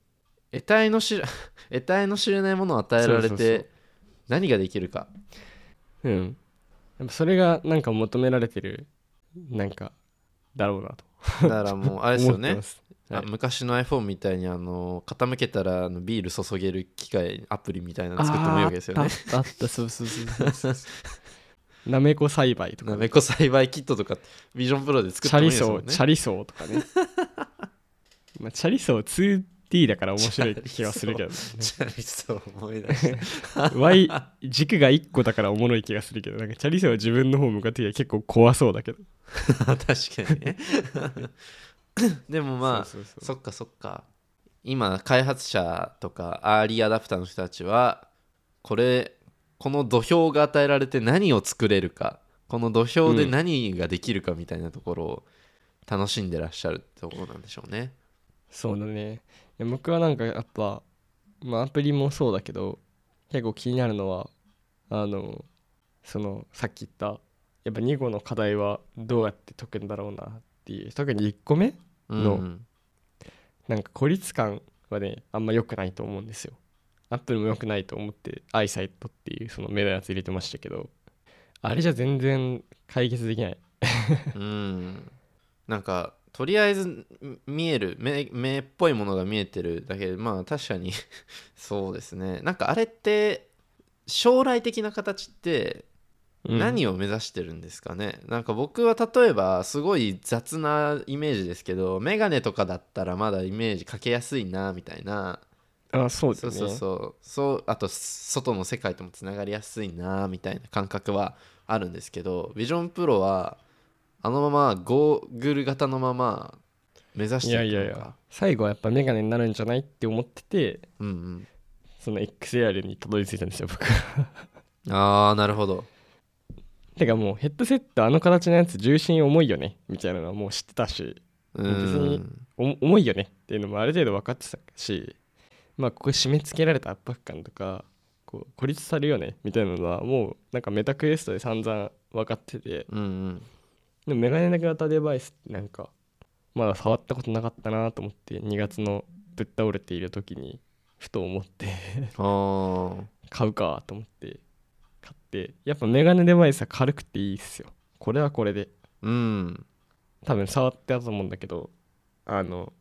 B: 得体の知ら <laughs> 得体の知れないものを与えられ
A: そうそうそ
B: て
A: う
B: 何ができるか
A: うん。やっぱそれがなんか求められてる、なんか、だろうなと
B: だからもうあれです
A: 思
B: よ
A: って
B: ね
A: ます。
B: あ
A: はい
B: 昔の iPhone みたいにあの傾けたらあのビール注げる機械アプリみたいなの作ってもいいわけですよ
A: あ
B: ね。
A: ったあった、そうそうそうそう
B: <laughs>
A: そう。なめこ栽培とか、
B: なめこ栽培キットとかビジョンプロで作
A: チ
B: っても
A: ャ
B: いい
A: リ
B: です
A: ソ
B: よ
A: ウ、
B: ね。
A: チャリソウとかね。 <laughs> まあ、チャリソウ 2D だから面白い気はするけ
B: <laughs>
A: ど、ね、
B: チャリソウ思い出した <laughs>
A: Y 軸が1個だからおもろい気がするけど、なんかチャリソウは自分の方向かってきたら結構怖そうだけど。
B: 確かにね。 <laughs> でもまあ
A: そうそうそ
B: そっかそっか今開発者とかアーリーアダプターの人たちはこれこの土俵が与えられて何を作れるかこの土俵で
A: うん
B: 何ができるかみたいなところを楽しんでらっしゃるってところなんでしょうね。
A: うそうだねいや僕はなんかやっぱ、まあ、アプリもそうだけど結構気になるのはあのそのさっき言ったやっぱ2個の課題はどうやって解くんだろうなっていう特に1個目
B: うん
A: のなんか孤立感はねあんま良くないと思うんですよアップルも良くないと思ってアイサイトっていうその目のやつ入れてましたけどあれじゃ全然解決できない
B: うんなんかとりあえずん見える目目っぽいものが見えてるだけでまあ確かに <laughs> そうですねなんかあれって将来的な形って
A: うん
B: 何を目指してるんですかね、なんか僕は例えばすごい雑なイメージですけどメガネとかだったらまだイメージかけやすいなみたいな
A: あそうです
B: そ
A: ね
B: うそうそうそうあと外の世界ともつながりやすいなみたいな感覚はあるんですけどビジョンプロはあのままゴーグル型のまま目指し
A: い
B: ていく
A: や
B: のか
A: いやいや最後はやっぱメガネになるんじゃないって思ってて
B: うん
A: その XR にたどり着いたんですよ僕 <laughs> は
B: うん、ああなるほど
A: てかもうヘッドセットあの形のやつ重心重いよねみたいなのはもう知ってたし
B: う
A: 別に
B: ん
A: お重いよねっていうのもある程度分かってたしまあここ締め付けられた圧迫感とかこう孤立されるよねみたいなのはもうなんかメタクエストで散々分かってて
B: うんうん
A: でもメガネだけ型デバイスってなんかまだ触ったことなかったなと思って2月のぶっ倒れている時にふと思って
B: あー
A: 買うかと思って買ってやっぱメガネデバイスは軽くていいっすよこれはこれで
B: うん
A: 多分触ってたと思うんだけどあの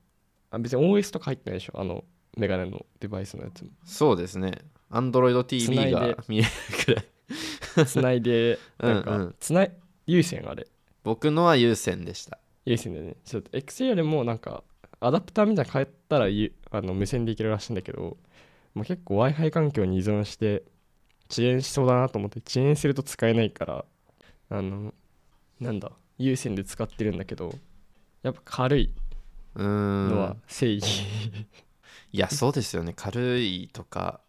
A: あ別に OS とか入ってないでしょあのメガネのデバイスのや
B: <laughs>
A: つも
B: そうですね Android
A: 繋い
B: TV
A: で
B: が見えるくらい
A: つないで
B: うん
A: なん
B: う
A: か
B: ん
A: つない有線あれ
B: 僕のは優先でした
A: 有線だよねちょっと XL もなんかアダプターみたいなの変えたらゆあの無線でいけるらしいんだけど、まあ、結構 w i f i 環境に依存して遅延しそうだなと思って遅延すると使えないからあのなんだ有線で使ってるんだけどやっぱ軽いう
B: ーん
A: のは正義、 <laughs>
B: いやそうですよね軽いとか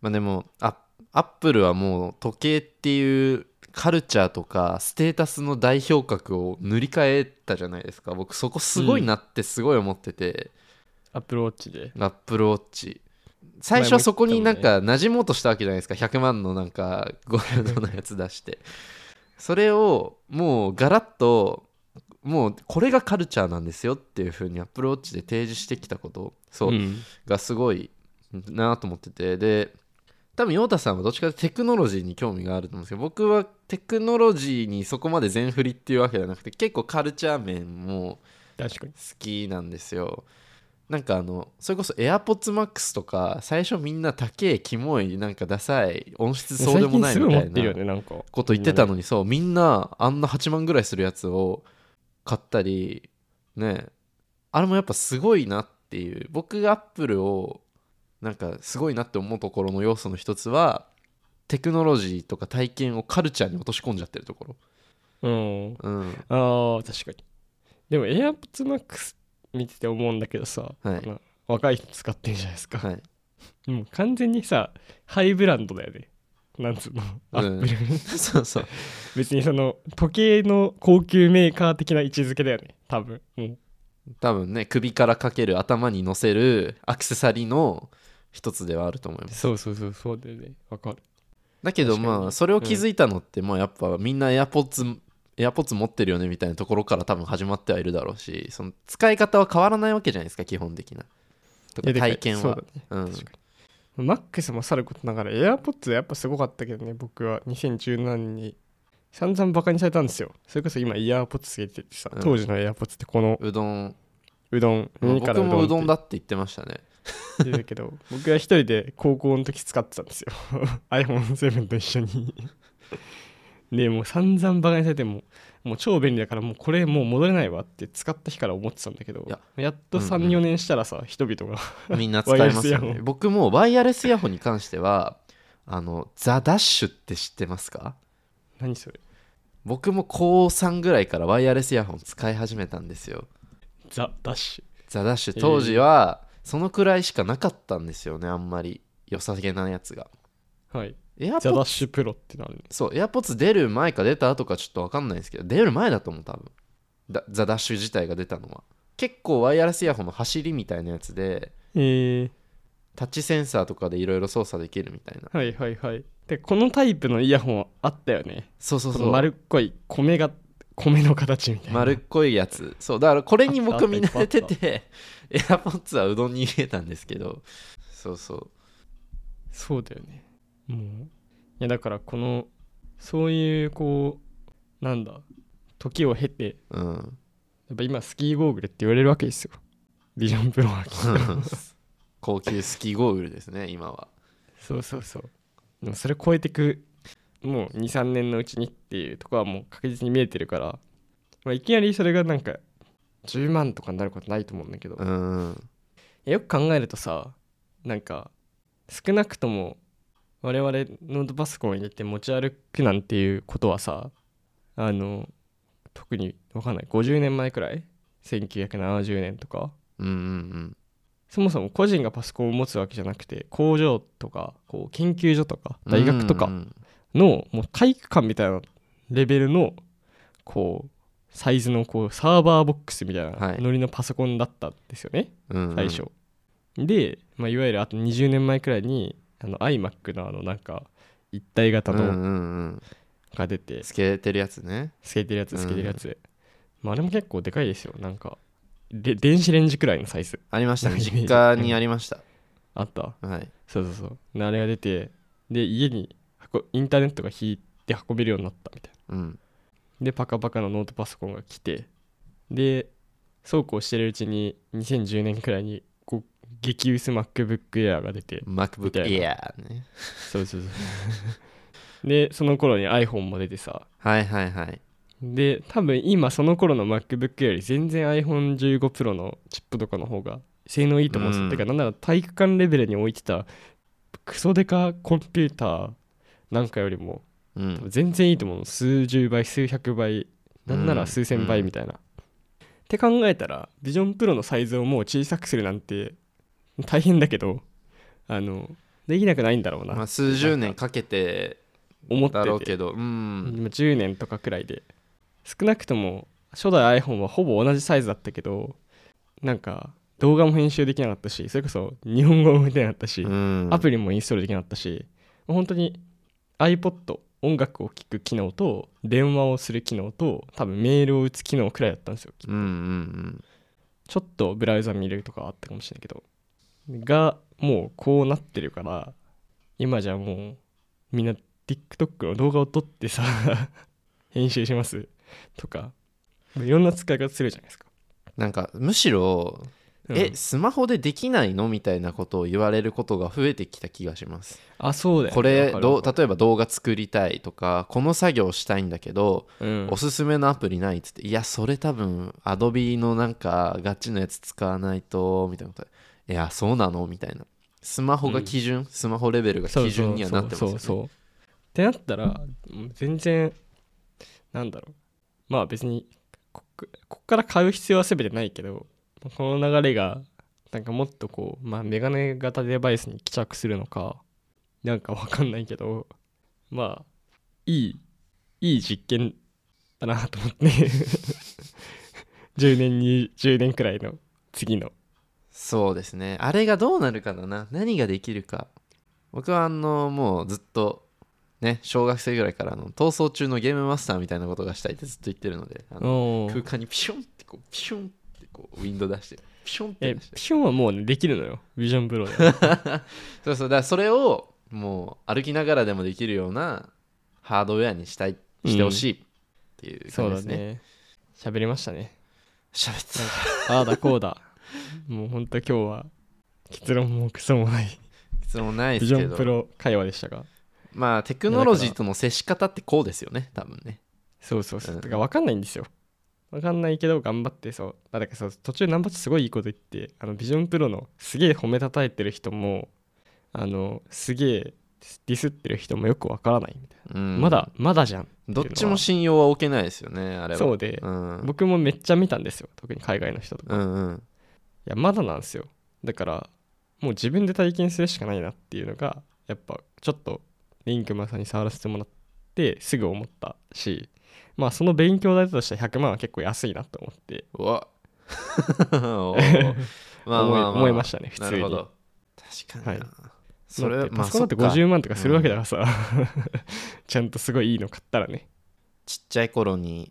B: まあでもあアップルはもう時計っていうカルチャーとかステータスの代表格を塗り替えたじゃないですか僕そこすごいなってすごい思ってて、
A: Apple Watch で
B: アップルウォッチ最初はそこになんか馴染もうとしたわけじゃないですか100万のなんかゴールドのやつ出してそれをもうガラッともうこれがカルチャーなんですよっていう風にアップルウォッチで提示してきたことそう、
A: ん
B: がすごいなと思っててで多分陽太さんはどっちかというとテクノロジーに興味があると思うんですけど僕はテクノロジーにそこまで全振りっていうわけじゃなくて結構カルチャー面も
A: 確かに
B: 好きなんですよなんかあのそれこそ AirPodsMax とか最初みんな高えキモいなんかダサい音質そうでもない
A: 最近すご
B: み
A: い
B: た
A: 持
B: い
A: ってるよ
B: な
A: ねなんか
B: こと言ってた
A: みんなね
B: のにそうみんなあんな8万ぐらいするやつを買ったりねあれもやっぱすごいなっていう僕が Apple をなんかすごいなって思うところの要素の一つはテクノロジーとか体験をカルチャーに落とし込んじゃってるところ
A: うん
B: うん
A: あー確かにでも AirPodsMax 見てて思うんだけどさ、
B: はい
A: <laughs> あの若い人使ってるじゃないですか、
B: はい
A: もう完全にさハイブランドだよねなんつうの、
B: うん
A: アップル
B: そうそう
A: <laughs> 別にその時計の高級メーカー的な位置づけだよね多分もう
B: 多分ね首からかける頭に乗せるアクセサリーの一つではあると思います
A: そうそうそうそうだよねわかる
B: だけど
A: 確かに
B: まあそれを気づいたのってまあやっぱみんな AirPods, AirPods 持ってるよねみたいなところから多分始まってはいるだろうしその使い方は変わらないわけじゃないですか基本的なとか
A: いやでかい
B: 体験
A: そう
B: は
A: だね
B: うん
A: 確かに MAX もさることながら AirPods やっぱすごかったけどね僕は2017年に散々バカにされたんですよそれこそ今 AirPods つけててさ、
B: うん
A: 当時の AirPods ってこの
B: うどん
A: うどん耳から
B: 僕もうどんだ
A: っ
B: って言ってましたね
A: て言うけど僕は一人で高校の時使ってたんですよ iPhone7 と一緒に <laughs> でもう散々バカにされてももう超便利だからもうこれもう戻れないわって使った日から思ってたんだけど
B: いや
A: やっと
B: うんうん
A: 34、年したらさ人々が <laughs>
B: みんな使います
A: ワイヤレスイヤ
B: よね
A: ホン
B: 僕もワイヤレスイヤホンに関してはあのザ・ダッシュって知ってますか
A: 何それ
B: 僕も高3ぐらいからワイヤレスイヤホン使い始めたんですよ
A: ザ・ダッシ
B: ザ・ダッシュ当時はそのくらいしかなかったんですよねあんまり良さげなやつが
A: ュはい
B: エア
A: ザ・
B: ポ
A: ダッシュプロってなるんです
B: そう AirPods 出る前か出た後かちょっと分かんないですけど出る前だと思う多分だザ・ダッシュ自体が出たのは結構ワイヤレスイヤホンの走りみたいなやつで
A: えー、
B: タッチセンサーとかでいろいろ操作できるみたいな
A: はいはいはいでこのタイプのイヤホンあったよね
B: そうそう
A: こ
B: そ
A: の
B: う
A: 丸っこい米が米の形みたいな
B: 丸っこいやつそうだからこれに
A: あっ
B: 僕
A: た
B: 見慣れて
A: いっぱ
B: て AirPods はうどんに入れたんですけどそうそう
A: そうだよねもういやだからこのそういうこうなんだ時を経て
B: うん
A: やっぱ今スキーゴーグルって言われるわけですよビジョンプロはきっと
B: 高級スキーゴーグルですね今は
A: そうそうそうでもそれ超えてくもう23年のうちにっていうとこはもう確実に見えてるから、まあ、いきなりそれがなんか10万とかになることないと思うんだけど、い
B: うん
A: やよく考えるとさなんか少なくとも我々ノートパソコンを入れて持ち歩くなんていうことはさあの特にわかんない50年前くらい1970年とか
B: うんうん
A: そもそも個人がパソコンを持つわけじゃなくて工場とかこう研究所とか
B: うん
A: 大学と
B: うんう
A: か
B: ん
A: のもう体育館みたいなレベルのこうサイズのこうサーバーボックスみたい
B: は
A: ないノリのパソコンだったんですよね
B: うんうん
A: 最初。で、まあ、いわゆるあと20年前くらいにあの iMac のあのなんか一体型
B: うん
A: の
B: うんうん
A: が出て
B: 透けてるやつね
A: 透けてるやつ透けてるやつ、まあ、あれも結構でかいですよなんかで電子レンジくらいのサイズ
B: ありましたね
A: イメージ
B: 実家にありました、
A: あった
B: はい
A: そうそうそうであれが出てで家に運インターネットが引いて運べるようになったみたい
B: うん
A: なでパカパカのノートパソコンが来てでそうこうしてるうちに2010年くらいにこう激薄 MacBook Air が出て
B: MacBook
A: みたい
B: Air ね
A: そうそうそうでその頃に iPhone も出てさ
B: はいはいはい
A: で多分今その頃の MacBook より全然 iPhone15 Pro のチップとかの方が性能いいと思うんですよ、
B: うん
A: てかなんなら体育館レベルに置いてたクソデカコンピューターなんかよりも
B: う
A: 多
B: ん
A: 分全然いいと思う数十倍数百倍なんなら数千倍みたいな、って考えたらビジョンプロのサイズをもう小さくするなんて大変だけどあのできなくないんだろうな、
B: まあ、数十年かけて
A: 思って
B: だろう
A: て
B: けどうん
A: 今10年とかくらいで少なくとも初代 iPhone はほぼ同じサイズだったけどなんか動画も編集できなかったしそれこそ日本語も打てなかったし、
B: うん
A: アプリもインストールできなかったし本当に iPod 音楽を聴く機能と電話をする機能と多分メールを打つ機能くらいだったんですよ
B: うんうん
A: ちょっとブラウザ見るとかはあったかもしれないけどがもうこうなってるから今じゃもうみんな TikTok の動画を撮ってさ <laughs> 編集しますとかいろんな使い方するじゃないですか。
B: うんなんかむしろ
A: うん
B: えスマホでできないのみたいなことを言われることが増えてきた気がします。
A: あそうだよね
B: これ
A: わかる
B: ど
A: わ
B: う
A: かる
B: 例えば動画作りたいとかこの作業したいんだけど、
A: うん
B: おすすめのアプリないっつっていやそれ多分 Adobe のなんかガチのやつ使わないとみたいなこといやそうなのみたいなスマホが基準、スマホレベルが基準にはなってます
A: そ
B: よ
A: うそうそうそう
B: ね。
A: ってなったらうん全然なんだろうまあ別にこここっから買う必要は全てないけどこの流れがなんかもっとこう、まあ、メガネ型デバイスに帰着するのかなんかわかんないけどまあいいいい実験だなと思って <laughs> 10年に10年くらいの次の
B: そうですねあれがどうなるかだな何ができるか僕はあのもうずっとね小学生ぐらいからあの逃走中のゲームマスターみたいなことがしたいってずっと言ってるのであの
A: お
B: 空間にピションってこうピションってこうウィンドウ出してピションって
A: え
B: 出して
A: ピションはもうね、できるのよビジョンプロで
B: そうそうだからそれをもう歩きながらでもできるようなハードウェアにしたいしてほしいっていう
A: そ
B: 感
A: う
B: じで
A: だ
B: すね
A: ね喋りましたね
B: 喋、って
A: なんかああだこう <laughs> だもうほんと今日は結論もクソもない
B: た質問ないで
A: ビ
B: す
A: ジ
B: け
A: ョンプ
B: ど
A: ロ会話でしたが
B: まあテクノロジーとの接し方ってこうですよね多分ね
A: そうそうそう、
B: うん
A: だから分かんないんですよ分かんないけど頑張ってそうあだからそう途中ナンバッチすごいいいこと言ってあのビジョンプロのすげえ褒めたたえてる人もあのすげえディスってる人もよくわからないみたい
B: うん
A: な、まだまだじゃん
B: どっちも信用は置けないですよねあれは
A: そうで、
B: うん、
A: 僕もめっちゃ見たんですよ特に海外の人とか、
B: う
A: い
B: んうん
A: やまだなんですよだからもう自分で体験するしかないなっていうのがやっぱちょっとリンクマンさんに触らせてもらってすぐ思ったしまあその勉強代として100万は結構安いなと思って <laughs>
B: うわおーまあ
A: 思い
B: まあまあ
A: 思いましたね普通
B: な
A: に
B: るほど確かにな、
A: は
B: それ
A: だっ
B: は
A: て
B: ま
A: パ
B: あ
A: ソコンだって
B: そっか
A: 50万とかするわけだからさ、 <laughs> ちゃんとすごいいいの買ったらね
B: ちっちゃい頃に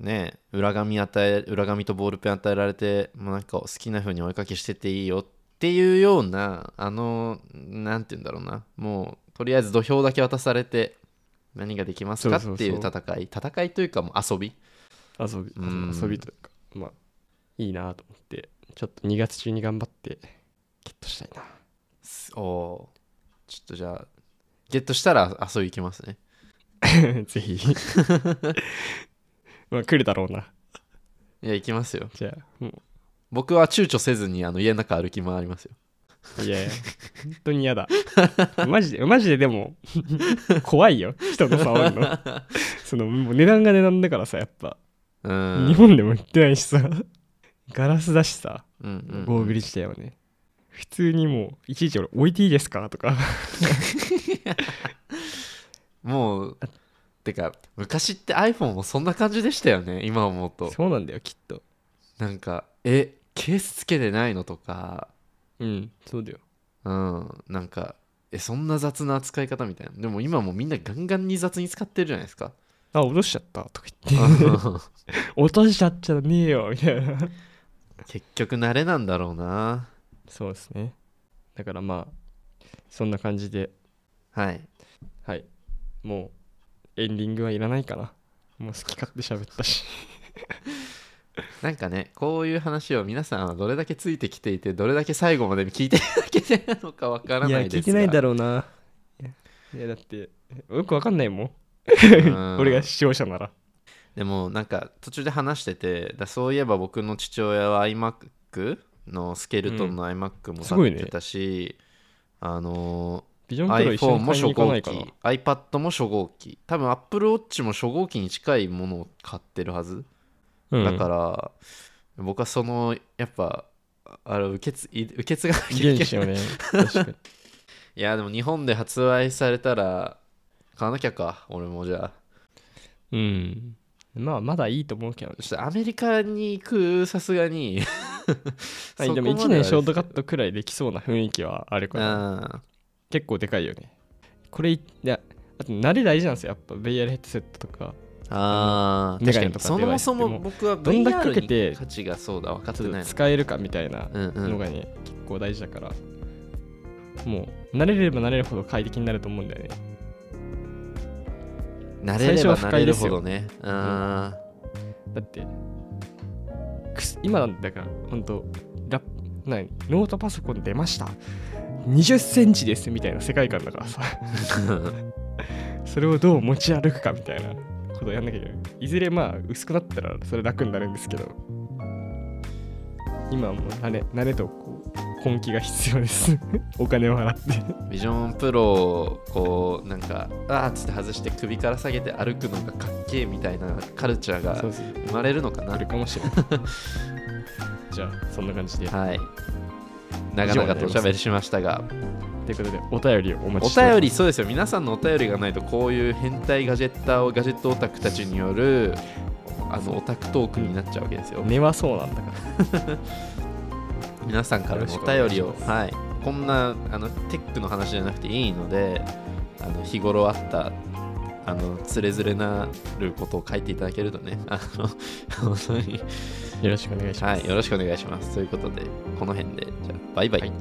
B: ね裏紙与え裏紙とボールペン与えられてもうなんか好きな風に追いかけしてていいよっていうようなあのなんて言うんだろうなもうとりあえず土俵だけ渡されて何ができますか
A: そうそうそう
B: っていう戦い戦いというかもう遊び
A: 遊び
B: うん
A: 遊びというかまあいいなと思ってちょっと2月中に頑張ってゲットしたいな
B: おーちょっとじゃあゲットしたら遊び行きますね
A: <laughs> ぜ
B: <laughs>
A: ひまあ来るだろうない
B: や行きますよ
A: じゃあも
B: 僕は躊躇せずにあの家の中歩き回りますよ
A: ういやいや本当に嫌だマジでマジででも怖いよ人の触るのそのもう値段が値段だからさやっぱ、
B: う
A: 日
B: ん
A: 本でも売ってないしさガラスだしさ
B: うんうん
A: ゴーグル自体はね、普通にもういちいち俺置いていいですかとか
B: もうてか昔って iPhone もそんな感じでしたよね今思うと
A: そうなんだよきっと
B: なんかえケースつけてないのとか
A: うんそうだよ
B: うんなんかえそんな雑な扱い方みたいなでも今もうみんなガンガンに雑に使ってるじゃないです
A: <laughs>
B: か
A: あ落としちゃったとか言って
B: うん
A: 落としちゃっちゃねえよみたいな
B: 結局慣れなんだろうな
A: そうですねだからまあそんな感じで
B: はい
A: はいもうエンディングはいらないかなもう好き勝手喋ったし
B: なんかねこういう話を皆さんはどれだけついてきていてどれだけ最後まで聞いていただけてるのかわからないですが
A: ろうないやだってよくわかんないもん
B: うん
A: 俺が視聴者なら
B: でもなんか途中で話しててだそういえば僕の父親は iMac のスケルトンの iMac も
A: す
B: 買
A: ごい
B: っ
A: ね
B: てたし、あの
A: ビジョンプロ一緒
B: iPhone
A: に
B: も
A: 買い
B: 初
A: に行かな
B: 号
A: いかな
B: 機 iPad も初号機多分 AppleWatch も初号機に近いものを買ってるはず、
A: うん
B: だから僕はそのやっぱあれを受けつい受け継がなきゃい
A: 原
B: け
A: 子
B: ない
A: をね
B: <laughs>
A: 確かに
B: いやでも日本で発売されたら買わなきゃか俺もじゃあ
A: うんまあまだいいと思うけどね
B: ちょっとアメリカに行くさすがに
A: まあでも
B: そ
A: 1
B: こまは
A: 年ショートカットくらいできそうな雰囲気はあるから
B: あ
A: 結構でかいよねこれいやあと慣れ大事なんですよやっぱ VR ヘッドセットとか
B: ーあー
A: メガ
B: 確か
A: ネ
B: に
A: とか
B: そもそ
A: デバイスで
B: も
A: も
B: 僕は
A: どんだけかけ
B: VR
A: て
B: に価値がそうだ分かって
A: ちょっ
B: ない
A: と
B: の
A: 使えるかみたいな
B: うんう
A: の
B: ん
A: がね、結構大事だからもう慣れれば慣れるほど快適になると思うんだよね
B: 慣れれ
A: 最
B: ば
A: 初
B: 慣
A: は不
B: れ
A: 快
B: る
A: で
B: ほ
A: すよ
B: どねあ
A: だってくす今なんだからほんとラップ何ノートパソコン出ました20センチですみたいな世界観だからさ <laughs>
B: ー
A: それをどう持ち歩くかみたいなことをやんなきゃいけないいずれまあ薄くなったらそれ楽になるんですけど今はもう慣れ慣れとこう根気が必要です <laughs> お金を払って
B: ビジョンプロをこうなんかあーっつって外して首から下げて歩くのがかっけえみたいなカルチャーが
A: そうそう
B: 生まれるのか
A: あ
B: な
A: るかもしれないじゃあそんな感じで
B: はい長々とおしゃべりしましたが
A: ということでお便りをお待
B: お
A: ちしております
B: 便りそうですよ皆さんのお便りがないとこういう変態ガジェッターをガジェットオタクたちによるあのオタクトークになっちゃうわけですよ
A: 根はそうなんだから
B: 皆さんから
A: よ
B: のお便
A: ろし
B: り
A: くお
B: を
A: 願いします
B: はいこんなあのテックの話じゃなくていいのであの日頃あったあのつれづれなることを書いていただけるとね <laughs> あの本当に
A: よろしくお願いしま
B: は
A: す、
B: いよろしくお願いしますということでこの辺でじゃあバイバイ
A: はい